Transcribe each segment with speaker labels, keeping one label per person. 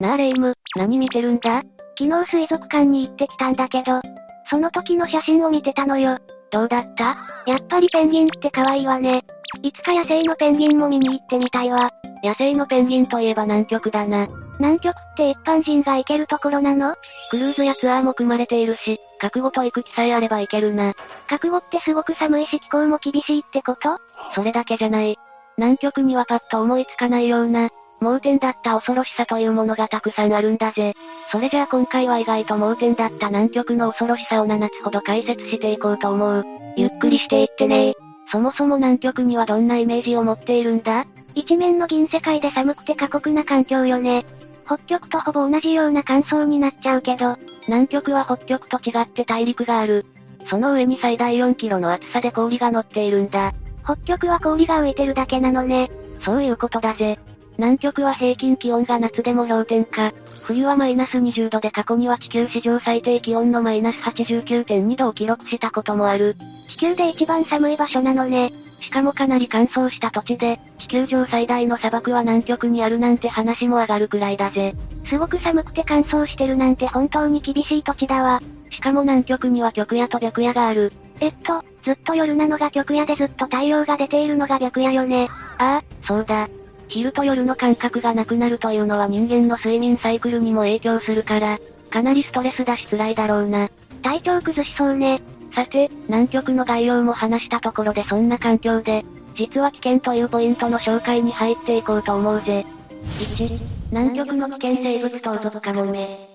Speaker 1: なあレイム、何見てるんだ
Speaker 2: 昨日水族館に行ってきたんだけど、その時の写真を見てたのよ。
Speaker 1: どうだった
Speaker 2: やっぱりペンギンって可愛いわね。いつか野生のペンギンも見に行ってみたいわ。
Speaker 1: 野生のペンギンといえば南極だな。
Speaker 2: 南極って一般人が行けるところなの
Speaker 1: クルーズやツアーも組まれているし、覚悟と行く気さえあれば行けるな。
Speaker 2: 覚悟ってすごく寒いし気候も厳しいってこと
Speaker 1: それだけじゃない。南極にはパッと思いつかないような、盲点だった恐ろしさというものがたくさんあるんだぜ。それじゃあ今回は意外と盲点だった南極の恐ろしさを7つほど解説していこうと思う。ゆっくりしていってねそもそも南極にはどんなイメージを持っているんだ
Speaker 2: 一面の銀世界で寒くて過酷な環境よね。北極とほぼ同じような乾燥になっちゃうけど、
Speaker 1: 南極は北極と違って大陸がある。その上に最大4キロの厚さで氷が乗っているんだ。
Speaker 2: 北極は氷が浮いてるだけなのね。
Speaker 1: そういうことだぜ。南極は平均気温が夏でも氷点下。冬はマイナス20度で過去には地球史上最低気温のマイナス89.2度を記録したこともある。
Speaker 2: 地球で一番寒い場所なのね。
Speaker 1: しかもかなり乾燥した土地で、地球上最大の砂漠は南極にあるなんて話も上がるくらいだぜ。
Speaker 2: すごく寒くて乾燥してるなんて本当に厳しい土地だわ。
Speaker 1: しかも南極には極夜と白夜がある。
Speaker 2: えっと、ずっと夜なのが極夜でずっと太陽が出ているのが白夜よね。
Speaker 1: ああ、そうだ。昼と夜の感覚がなくなるというのは人間の睡眠サイクルにも影響するから、かなりストレスだし辛いだろうな。
Speaker 2: 体調崩しそうね。
Speaker 1: さて、南極の概要も話したところでそんな環境で、実は危険というポイントの紹介に入っていこうと思うぜ。1、南極の危険生物とウゾブカモメ。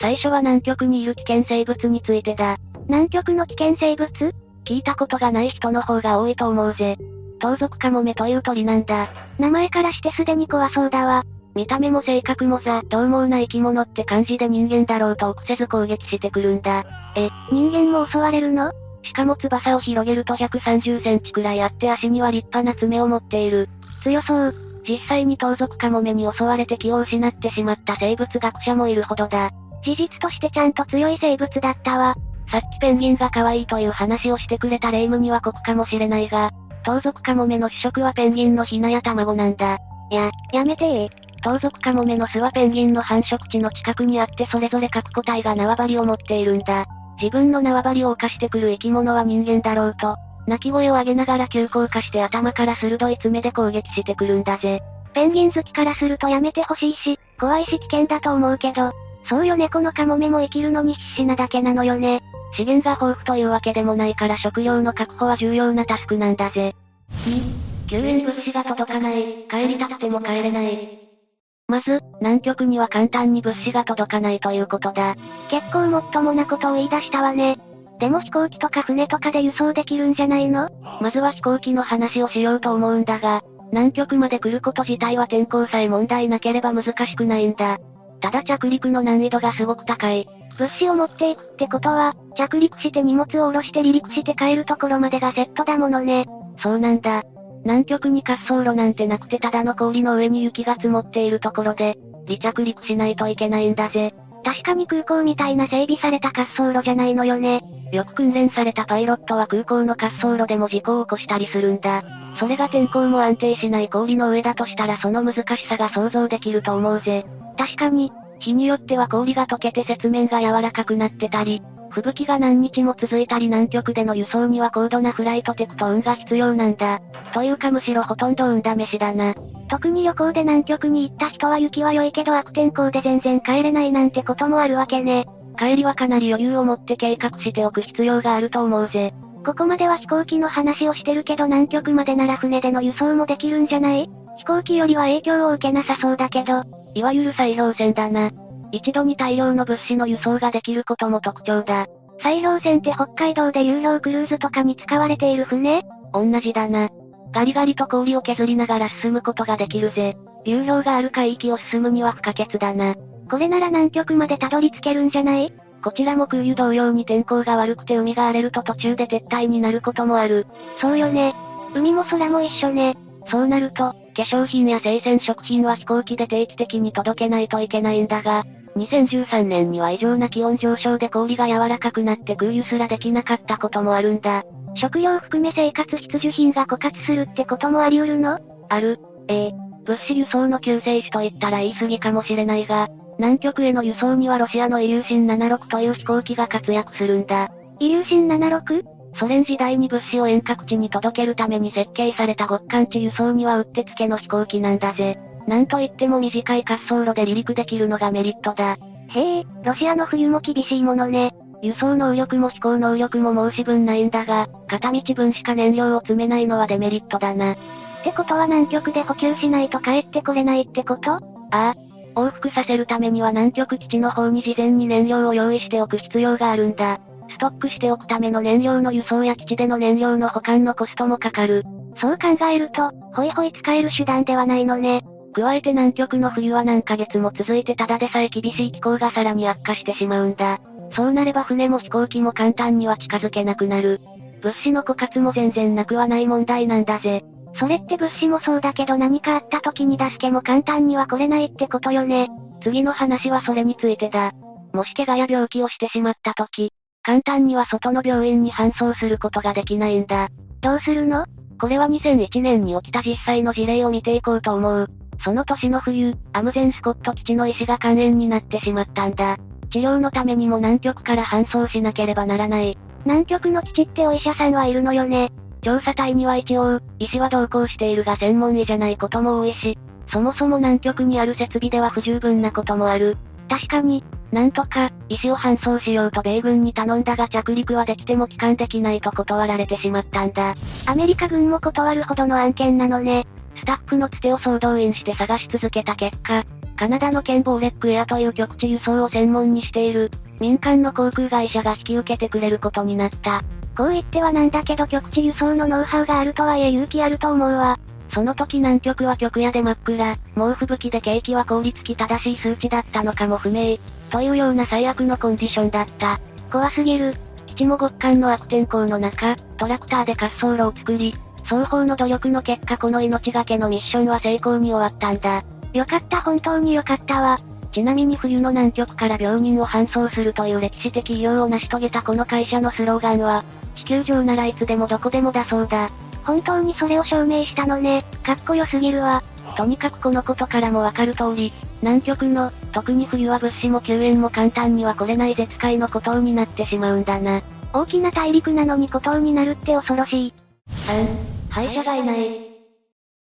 Speaker 1: 最初は南極にいる危険生物についてだ。
Speaker 2: 南極の危険生物
Speaker 1: 聞いたことがない人の方が多いと思うぜ。盗賊カモメという鳥なんだ。
Speaker 2: 名前からしてすでに怖そうだわ。
Speaker 1: 見た目も性格もさ、獰猛な生き物って感じで人間だろうと臆せず攻撃してくるんだ。
Speaker 2: え、人間も襲われるの
Speaker 1: しかも翼を広げると130センチくらいあって足には立派な爪を持っている。
Speaker 2: 強そう。
Speaker 1: 実際に盗賊カモメに襲われて気を失ってしまった生物学者もいるほどだ。
Speaker 2: 事実としてちゃんと強い生物だったわ。
Speaker 1: さっきペンギンが可愛いという話をしてくれたレイムには酷かもしれないが、盗賊カモメの主食はペンギンのヒナや卵なんだ。
Speaker 2: や、やめてえ。
Speaker 1: 盗賊カモメの巣はペンギンの繁殖地の近くにあってそれぞれ各個体が縄張りを持っているんだ。自分の縄張りを犯してくる生き物は人間だろうと、鳴き声を上げながら急降下して頭から鋭い爪で攻撃してくるんだぜ。
Speaker 2: ペンギン好きからするとやめてほしいし、怖いし危険だと思うけど、そうよねこのカモメも生きるのに必死なだけなのよね。
Speaker 1: 資源が豊富というわけでもないから食料の確保は重要なタスクなんだぜ。2、救援物資が届かない、帰りたくても帰れない。まず、南極には簡単に物資が届かないということだ。
Speaker 2: 結構もっともなことを言い出したわね。でも飛行機とか船とかで輸送できるんじゃないの
Speaker 1: まずは飛行機の話をしようと思うんだが、南極まで来ること自体は天候さえ問題なければ難しくないんだ。ただ着陸の難易度がすごく高い。
Speaker 2: 物資を持っていくってことは、着陸して荷物を下ろして離陸して帰るところまでがセットだものね。
Speaker 1: そうなんだ。南極に滑走路なんてなくてただの氷の上に雪が積もっているところで、離着陸しないといけないんだぜ。
Speaker 2: 確かに空港みたいな整備された滑走路じゃないのよね。
Speaker 1: よく訓練されたパイロットは空港の滑走路でも事故を起こしたりするんだ。それが天候も安定しない氷の上だとしたらその難しさが想像できると思うぜ。
Speaker 2: 確かに、
Speaker 1: 日によっては氷が溶けて雪面が柔らかくなってたり、吹雪が何日も続いたり南極での輸送には高度なフライトテクと運が必要なんだ。というかむしろほとんど運試しだな。
Speaker 2: 特に旅行で南極に行った人は雪は良いけど悪天候で全然帰れないなんてこともあるわけね。
Speaker 1: 帰りはかなり余裕を持って計画しておく必要があると思うぜ。
Speaker 2: ここまでは飛行機の話をしてるけど南極までなら船での輸送もできるんじゃない飛行機よりは影響を受けなさそうだけど、
Speaker 1: いわゆる砕氷船だな。一度に大量の物資の輸送ができることも特徴だ。
Speaker 2: 砕氷船って北海道で有料クルーズとかに使われている船
Speaker 1: 同じだな。ガリガリと氷を削りながら進むことができるぜ。流氷がある海域を進むには不可欠だな。
Speaker 2: これなら南極までたどり着けるんじゃない
Speaker 1: こちらも空輸同様に天候が悪くて海が荒れると途中で撤退になることもある。
Speaker 2: そうよね。海も空も一緒ね。
Speaker 1: そうなると、化粧品や生鮮食品は飛行機で定期的に届けないといけないんだが、2013年には異常な気温上昇で氷が柔らかくなって空輸すらできなかったこともあるんだ。
Speaker 2: 食料含め生活必需品が枯渇するってこともあり得るの
Speaker 1: ある。ええ物資輸送の救世主と言ったら言い過ぎかもしれないが、南極への輸送にはロシアのイリューシン76という飛行機が活躍するんだ。
Speaker 2: イリューシン 76?
Speaker 1: ソ連時代に物資を遠隔地に届けるために設計された極寒地輸送にはうってつけの飛行機なんだぜ。なんといっても短い滑走路で離陸できるのがメリットだ。
Speaker 2: へえ、ロシアの冬も厳しいものね。
Speaker 1: 輸送能力も飛行能力も申し分ないんだが、片道分しか燃料を積めないのはデメリットだな。
Speaker 2: ってことは南極で補給しないと帰ってこれないってこと
Speaker 1: ああ、往復させるためには南極基地の方に事前に燃料を用意しておく必要があるんだ。ストックしておくための燃料の輸送や基地での燃料の保管のコストもかかる。
Speaker 2: そう考えると、ホイホイ使える手段ではないのね。
Speaker 1: 加えて南極の冬は何ヶ月も続いてただでさえ厳しい気候がさらに悪化してしまうんだ。そうなれば船も飛行機も簡単には近づけなくなる。物資の枯渇も全然なくはない問題なんだぜ。
Speaker 2: それって物資もそうだけど何かあった時に助けも簡単には来れないってことよね。
Speaker 1: 次の話はそれについてだ。もし怪我や病気をしてしまった時、簡単には外の病院に搬送することができないんだ。
Speaker 2: どうするの
Speaker 1: これは2001年に起きた実際の事例を見ていこうと思う。その年の冬、アムゼンスコット基地の石が肝炎になってしまったんだ。治療のためにも南極から搬送しなければならない。
Speaker 2: 南極の基地ってお医者さんはいるのよね。
Speaker 1: 調査隊には一応、医師は同行しているが専門医じゃないことも多いし、そもそも南極にある設備では不十分なこともある。確かに、なんとか、医師を搬送しようと米軍に頼んだが着陸はできても帰還できないと断られてしまったんだ。
Speaker 2: アメリカ軍も断るほどの案件なのね。
Speaker 1: スタッフのつてを総動員して探し続けた結果、カナダのケンボーレックエアという局地輸送を専門にしている、民間の航空会社が引き受けてくれることになった。
Speaker 2: こう言ってはなんだけど局地輸送のノウハウがあるとはいえ勇気あると思うわ。
Speaker 1: その時南極は極夜で真っ暗、猛吹雪で景気は効率き正しい数値だったのかも不明、というような最悪のコンディションだった。
Speaker 2: 怖すぎる。
Speaker 1: 基地も極寒の悪天候の中、トラクターで滑走路を作り、双方の努力の結果この命がけのミッションは成功に終わったんだ。
Speaker 2: よかった本当によかったわ。
Speaker 1: ちなみに冬の南極から病人を搬送するという歴史的偉業を成し遂げたこの会社のスローガンは、地球上ならいつでもどこでもだそうだ。
Speaker 2: 本当にそれを証明したのね、かっこよすぎるわ。
Speaker 1: とにかくこのことからもわかる通り、南極の、特に冬は物資も救援も簡単には来れない絶海の孤島になってしまうんだな。
Speaker 2: 大きな大陸なのに孤島になるって恐ろしい。
Speaker 1: 3、歯医者がいない。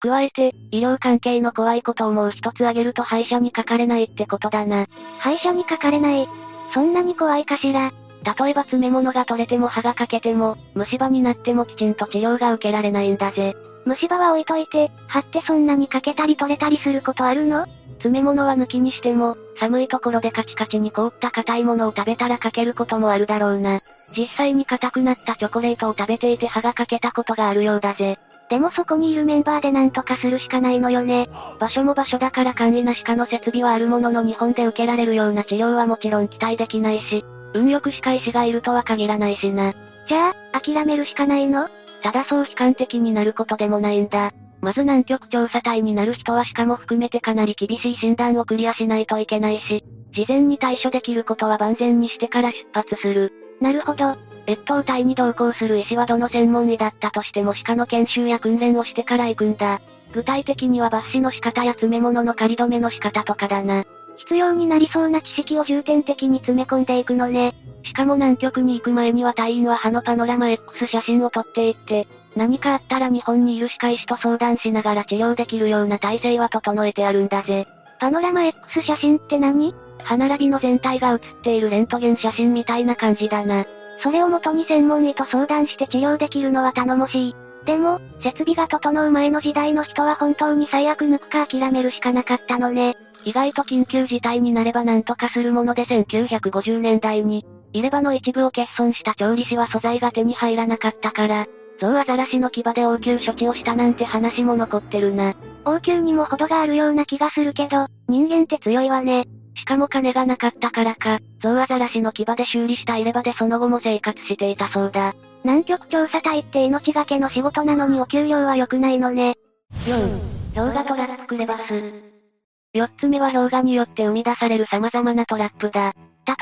Speaker 1: 加えて、医療関係の怖いことをもう一つ挙げると歯医者にかかれないってことだな。
Speaker 2: 歯医者にかかれない。そんなに怖いかしら。
Speaker 1: 例えば詰め物が取れても歯が欠けても、虫歯になってもきちんと治療が受けられないんだぜ。
Speaker 2: 虫歯は置いといて、歯ってそんなに欠けたり取れたりすることあるの
Speaker 1: 詰め物は抜きにしても、寒いところでカチカチに凍った硬いものを食べたら欠けることもあるだろうな。実際に硬くなったチョコレートを食べていて歯が欠けたことがあるようだぜ。
Speaker 2: でもそこにいるメンバーで何とかするしかないのよね。
Speaker 1: 場所も場所だから簡易な歯科の設備はあるものの日本で受けられるような治療はもちろん期待できないし、運よく歯科医師がいるとは限らないしな。
Speaker 2: じゃあ、諦めるしかないの
Speaker 1: ただそう悲観的になることでもないんだ。まず南極調査隊になる人は歯科も含めてかなり厳しい診断をクリアしないといけないし、事前に対処できることは万全にしてから出発する。
Speaker 2: なるほど。
Speaker 1: 越冬隊に同行する医師はどの専門医だったとしても歯科の研修や訓練をしてから行くんだ。具体的には抜歯の仕方や詰め物の仮止めの仕方とかだな。
Speaker 2: 必要になりそうな知識を重点的に詰め込んでいくのね。
Speaker 1: しかも南極に行く前には隊員は歯のパノラマ X 写真を撮っていって、何かあったら日本にいる歯科医師と相談しながら治療できるような体制は整えてあるんだぜ。
Speaker 2: パノラマ X 写真って何
Speaker 1: 歯並びの全体が写っているレントゲン写真みたいな感じだな。
Speaker 2: それをもとに専門医と相談して治療できるのは頼もしい。でも、設備が整う前の時代の人は本当に最悪抜くか諦めるしかなかったのね。
Speaker 1: 意外と緊急事態になれば何とかするもので1950年代に、入れ歯の一部を欠損した調理師は素材が手に入らなかったから、ゾウアザラシの牙で応急処置をしたなんて話も残ってるな。
Speaker 2: 応急にも程があるような気がするけど、人間って強いわね。
Speaker 1: しかも金がなかったからか、ゾウアザラシの牙で修理した入れ歯でその後も生活していたそうだ。
Speaker 2: 南極調査隊って命がけの仕事なのにお給料は良くないのね。
Speaker 1: 4、氷河トラックレバス。4つ目は氷河によって生み出される様々なトラップだ。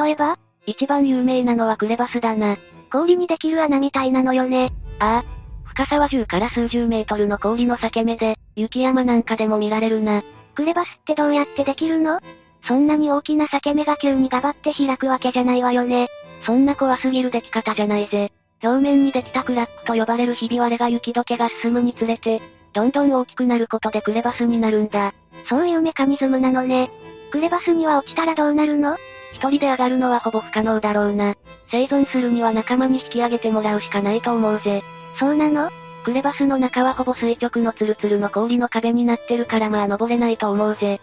Speaker 2: 例えば
Speaker 1: 一番有名なのはクレバスだな。
Speaker 2: 氷にできる穴みたいなのよね。
Speaker 1: ああ。深さは10から数十メートルの氷の裂け目で、雪山なんかでも見られるな。
Speaker 2: クレバスってどうやってできるのそんなに大きな裂け目が急にガバって開くわけじゃないわよね。
Speaker 1: そんな怖すぎる出来方じゃないぜ。表面にできたクラックと呼ばれるひび割れが雪解けが進むにつれて、どんどん大きくなることでクレバスになるんだ。
Speaker 2: そういうメカニズムなのね。クレバスには落ちたらどうなるの
Speaker 1: 一人で上がるのはほぼ不可能だろうな。生存するには仲間に引き上げてもらうしかないと思うぜ。
Speaker 2: そうなの
Speaker 1: クレバスの中はほぼ垂直のツルツルの氷の壁になってるからまあ登れないと思うぜ。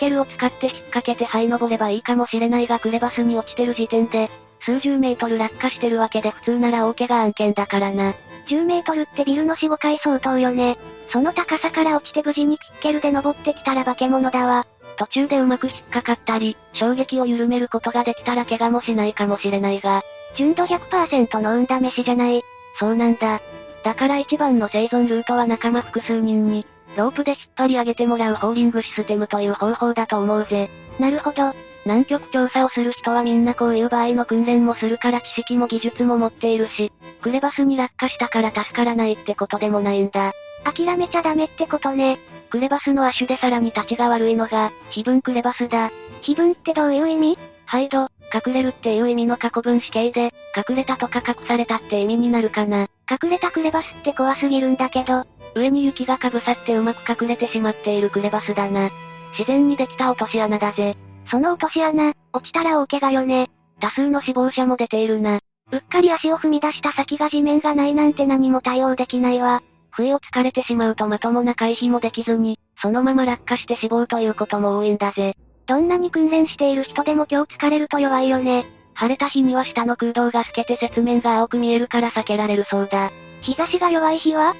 Speaker 1: ピッケルを使って引っ掛けて這い登ればいいかもしれないがクレバスに落ちてる時点で、数十メートル落下してるわけで普通なら大怪我案件だからな。
Speaker 2: 10メートルってビルの4、5階相当よね。その高さから落ちて無事にピッケルで登ってきたら化け物だわ。
Speaker 1: 途中でうまく引っかかったり、衝撃を緩めることができたら怪我もしないかもしれないが、
Speaker 2: 純度100%の運試しじゃない。
Speaker 1: そうなんだ。だから一番の生存ルートは仲間複数人に、ロープで引っ張り上げてもらうホーリングシステムという方法だと思うぜ。
Speaker 2: なるほど。
Speaker 1: 南極調査をする人はみんなこういう場合の訓練もするから知識も技術も持っているし、クレバスに落下したから助からないってことでもないんだ。
Speaker 2: 諦めちゃダメってことね。
Speaker 1: クレバスの亜種でさらに立ちが悪いのが、非分クレバスだ。
Speaker 2: 非分ってどういう意味
Speaker 1: ハイド、隠れるっていう意味の過去分詞形で、隠れたとか隠されたって意味になるかな。
Speaker 2: 隠れたクレバスって怖すぎるんだけど、
Speaker 1: 上に雪がかぶさってうまく隠れてしまっているクレバスだな。自然にできた落とし穴だぜ。
Speaker 2: その落とし穴、落ちたら大怪我よね。
Speaker 1: 多数の死亡者も出ているな。
Speaker 2: うっかり足を踏み出した先が地面がないなんて何も対応できないわ。
Speaker 1: 不意をつかれてしまうとまともな回避もできずに、そのまま落下して死亡ということも多いんだぜ。
Speaker 2: どんなに訓練している人でも今日疲れると弱いよね。
Speaker 1: 晴れた日には下の空洞が透けて雪面が青く見えるから避けられるそうだ。
Speaker 2: 日差しが弱い日は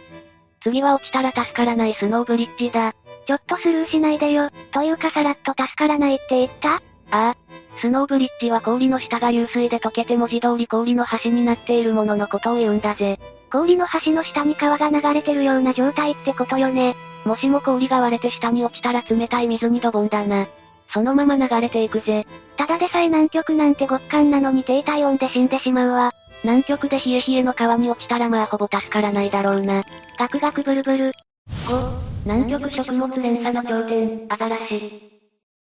Speaker 1: 次は落ちたら助からないスノーブリッジだ。
Speaker 2: ちょっとスルーしないでよ。というかさらっと助からないって言った
Speaker 1: ああ。スノーブリッジは氷の下が流水で溶けて文字通り氷の端になっているもののことを言うんだぜ。
Speaker 2: 氷の端の下に川が流れてるような状態ってことよね。
Speaker 1: もしも氷が割れて下に落ちたら冷たい水にドボンだな。そのまま流れていくぜ。
Speaker 2: ただでさえ南極なんて極寒なのに低体温で死んでしまうわ。
Speaker 1: 南極で冷え冷えの川に落ちたらまあほぼ助からないだろうな。
Speaker 2: ガクガクブルブル。
Speaker 1: 5、南極食物連鎖の頂点、アザラシ。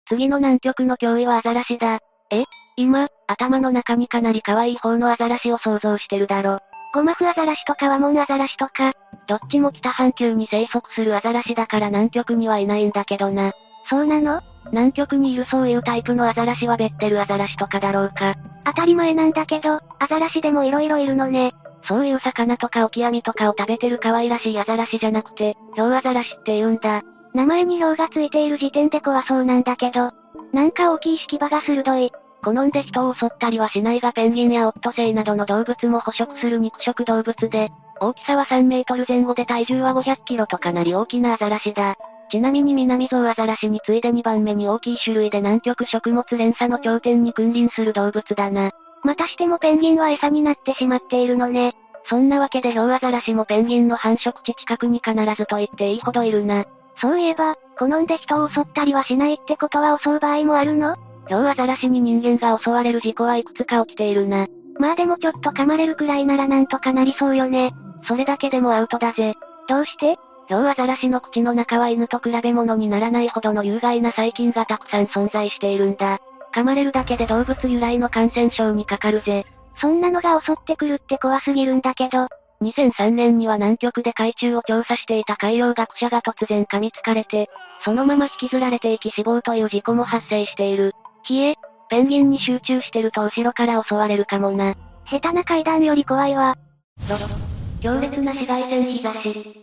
Speaker 1: 次の南極の脅威はアザラシだ。え今、頭の中にかなり可愛い方のアザラシを想像してるだろ。
Speaker 2: ゴマフアザラシとかワモンアザラシとか、
Speaker 1: どっちも北半球に生息するアザラシだから南極にはいないんだけどな。
Speaker 2: そうなの
Speaker 1: 南極にいるそういうタイプのアザラシはベッテルアザラシとかだろうか。
Speaker 2: 当たり前なんだけど、アザラシでも色々いるのね。
Speaker 1: そういう魚とかオキアミとかを食べてる可愛らしいアザラシじゃなくて、ヒョウアザラシって言うんだ。
Speaker 2: 名前に氷がついている時点で怖そうなんだけど、なんか大きい敷場が鋭い。
Speaker 1: 好んで人を襲ったりはしないがペンギンやオットセイなどの動物も捕食する肉食動物で、大きさは3メートル前後で体重は500キロとかなり大きなアザラシだ。ちなみに南ゾウアザラシに次いで2番目に大きい種類で南極食物連鎖の頂点に君臨する動物だな。
Speaker 2: またしてもペンギンは餌になってしまっているのね。
Speaker 1: そんなわけでヒョウアザラシもペンギンの繁殖地近くに必ずと言っていいほどいるな。
Speaker 2: そういえば、好んで人を襲ったりはしないってことは襲う場合もあるの
Speaker 1: ヒョウアザラシに人間が襲われる事故はいくつか起きているな。
Speaker 2: まあでもちょっと噛まれるくらいならなんとかなりそうよね。
Speaker 1: それだけでもアウトだぜ。
Speaker 2: どうして
Speaker 1: ヒョウアザラシの口の中は犬と比べ物にならないほどの有害な細菌がたくさん存在しているんだ。噛まれるだけで動物由来の感染症にかかるぜ。
Speaker 2: そんなのが襲ってくるって怖すぎるんだけど。
Speaker 1: 2003年には南極で海中を調査していた海洋学者が突然噛みつかれて、そのまま引きずられていき死亡という事故も発生している。ひえ、ペンギンに集中してると後ろから襲われるかもな。
Speaker 2: 下手な階段より怖いわ。
Speaker 1: 6、強烈な紫外線日差し。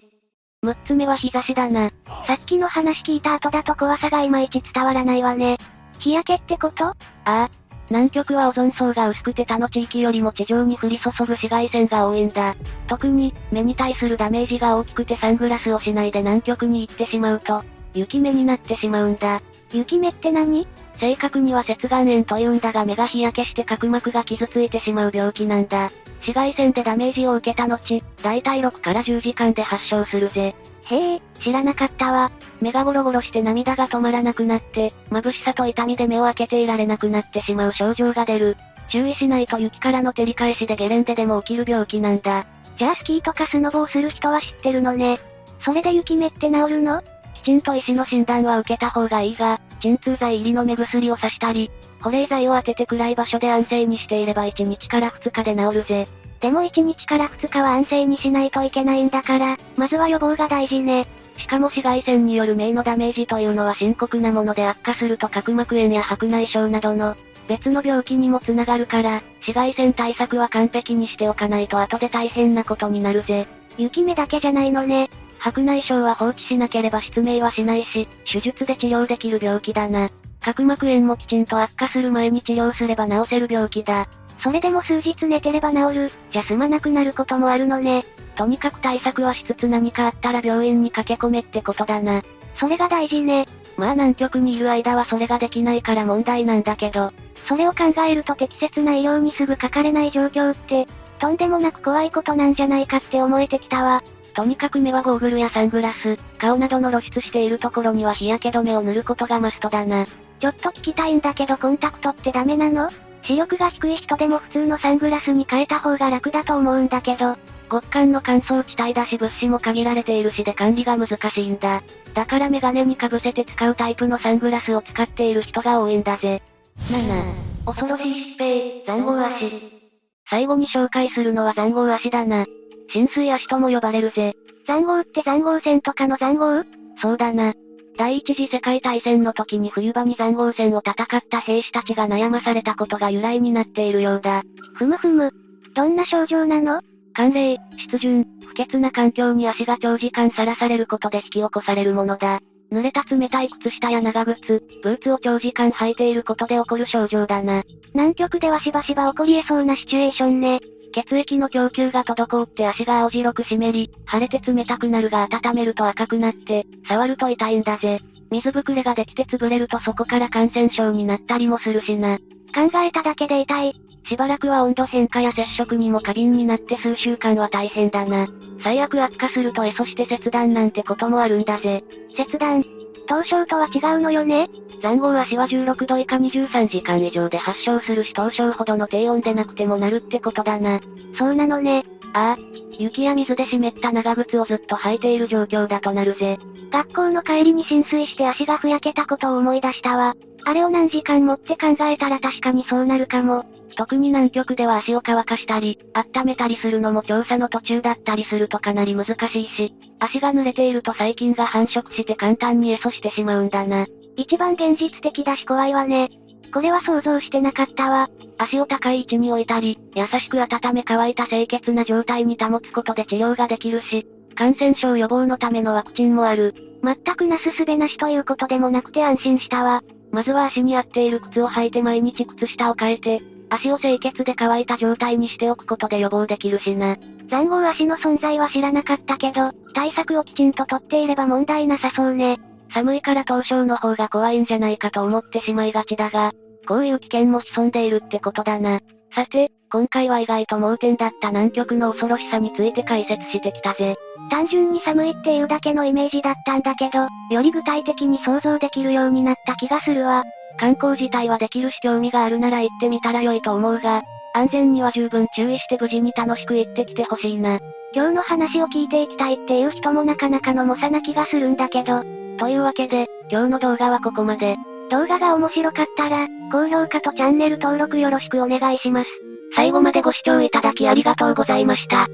Speaker 1: 6つ目は日差しだな。
Speaker 2: さっきの話聞いた後だと怖さがいまいち伝わらないわね。日焼けってことあ
Speaker 1: あ。南極はオゾン層が薄くて他の地域よりも地上に降り注ぐ紫外線が多いんだ。特に、目に対するダメージが大きくてサングラスをしないで南極に行ってしまうと、雪目になってしまうんだ。
Speaker 2: 雪目って何
Speaker 1: 正確には雪眼炎というんだが目が日焼けして角膜が傷ついてしまう病気なんだ。紫外線でダメージを受けた後、だいたい6から10時間で発症するぜ。
Speaker 2: へえ、知らなかったわ。
Speaker 1: 目がゴロゴロして涙が止まらなくなって、眩しさと痛みで目を開けていられなくなってしまう症状が出る。注意しないと雪からの照り返しでゲレンデでも起きる病気なんだ。
Speaker 2: じゃあスキーとかスノボをする人は知ってるのね。それで雪目って治るの
Speaker 1: きちんと医師の診断は受けた方がいいが、鎮痛剤入りの目薬をさしたり、保冷剤を当てて暗い場所で安静にしていれば1日から2日で治るぜ。
Speaker 2: でも1日から2日は安静にしないといけないんだから、まずは予防が大事ね。
Speaker 1: しかも紫外線による名のダメージというのは深刻なもので悪化すると角膜炎や白内障などの別の病気にもつながるから、紫外線対策は完璧にしておかないと後で大変なことになるぜ。
Speaker 2: 雪目だけじゃないのね。
Speaker 1: 白内障は放置しなければ失明はしないし、手術で治療できる病気だな。角膜炎もきちんと悪化する前に治療すれば治せる病気だ。
Speaker 2: それでも数日寝てれば治る、じゃ済まなくなることもあるのね。
Speaker 1: とにかく対策はしつつ何かあったら病院に駆け込めってことだな。
Speaker 2: それが大事ね。
Speaker 1: まあ南極にいる間はそれができないから問題なんだけど。
Speaker 2: それを考えると適切な医療にすぐかかれない状況って、とんでもなく怖いことなんじゃないかって思えてきたわ。
Speaker 1: とにかく目はゴーグルやサングラス、顔などの露出しているところには日焼け止めを塗ることがマストだな。
Speaker 2: ちょっと聞きたいんだけどコンタクトってダメなの視力が低い人でも普通のサングラスに変えた方が楽だと思うんだけど、
Speaker 1: 極寒の乾燥地帯だし物資も限られているしで管理が難しいんだ。だからメガネにかぶせて使うタイプのサングラスを使っている人が多いんだぜ。7、恐ろしい疾病、残酷足。最後に紹介するのは残酷足だな。浸水足とも呼ばれるぜ。
Speaker 2: 残酷って残酷戦とかの残酷
Speaker 1: そうだな。第一次世界大戦の時に冬場に残酷戦を戦った兵士たちが悩まされたことが由来になっているようだ。
Speaker 2: ふむふむ。どんな症状なの
Speaker 1: 寒冷、湿潤、不潔な環境に足が長時間さらされることで引き起こされるものだ。濡れた冷たい靴下や長靴、ブーツを長時間履いていることで起こる症状だな。
Speaker 2: 南極ではしばしば起こり得そうなシチュエーションね。
Speaker 1: 血液の供給が滞って足が青白く湿り、腫れて冷たくなるが温めると赤くなって、触ると痛いんだぜ。水ぶくれができて潰れるとそこから感染症になったりもするしな。
Speaker 2: 考えただけで痛い。
Speaker 1: しばらくは温度変化や接触にも過敏になって数週間は大変だな。最悪悪化するとえそして切断なんてこともあるんだぜ。
Speaker 2: 切断凍傷とは違うのよね
Speaker 1: 残酷足は16度以下23時間以上で発症するし凍傷ほどの低温でなくてもなるってことだな。
Speaker 2: そうなのね。
Speaker 1: ああ、雪や水で湿った長靴をずっと履いている状況だとなるぜ。
Speaker 2: 学校の帰りに浸水して足がふやけたことを思い出したわ。あれを何時間もって考えたら確かにそうなるかも。
Speaker 1: 特に南極では足を乾かしたり、温めたりするのも調査の途中だったりするとかなり難しいし、足が濡れていると細菌が繁殖して簡単にエソしてしまうんだな。
Speaker 2: 一番現実的だし怖いわね。これは想像してなかったわ。
Speaker 1: 足を高い位置に置いたり、優しく温め乾いた清潔な状態に保つことで治療ができるし、感染症予防のためのワクチンもある。
Speaker 2: 全くなすすべなしということでもなくて安心したわ。
Speaker 1: まずは足に合っている靴を履いて毎日靴下を変えて、足を清潔で乾いた状態にしておくことで予防できるしな。
Speaker 2: 残酷足の存在は知らなかったけど、対策をきちんととっていれば問題なさそうね。
Speaker 1: 寒いから凍傷の方が怖いんじゃないかと思ってしまいがちだが、こういう危険も潜んでいるってことだな。さて、今回は意外と盲点だった南極の恐ろしさについて解説してきたぜ。
Speaker 2: 単純に寒いっていうだけのイメージだったんだけど、より具体的に想像できるようになった気がするわ。
Speaker 1: 観光自体はできるし興味があるなら行ってみたら良いと思うが、安全には十分注意して無事に楽しく行ってきてほしいな。
Speaker 2: 今日の話を聞いていきたいっていう人もなかなかの猛者な気がするんだけど。
Speaker 1: というわけで、今日の動画はここまで。
Speaker 2: 動画が面白かったら、高評価とチャンネル登録よろしくお願いします。
Speaker 1: 最後までご視聴いただきありがとうございました。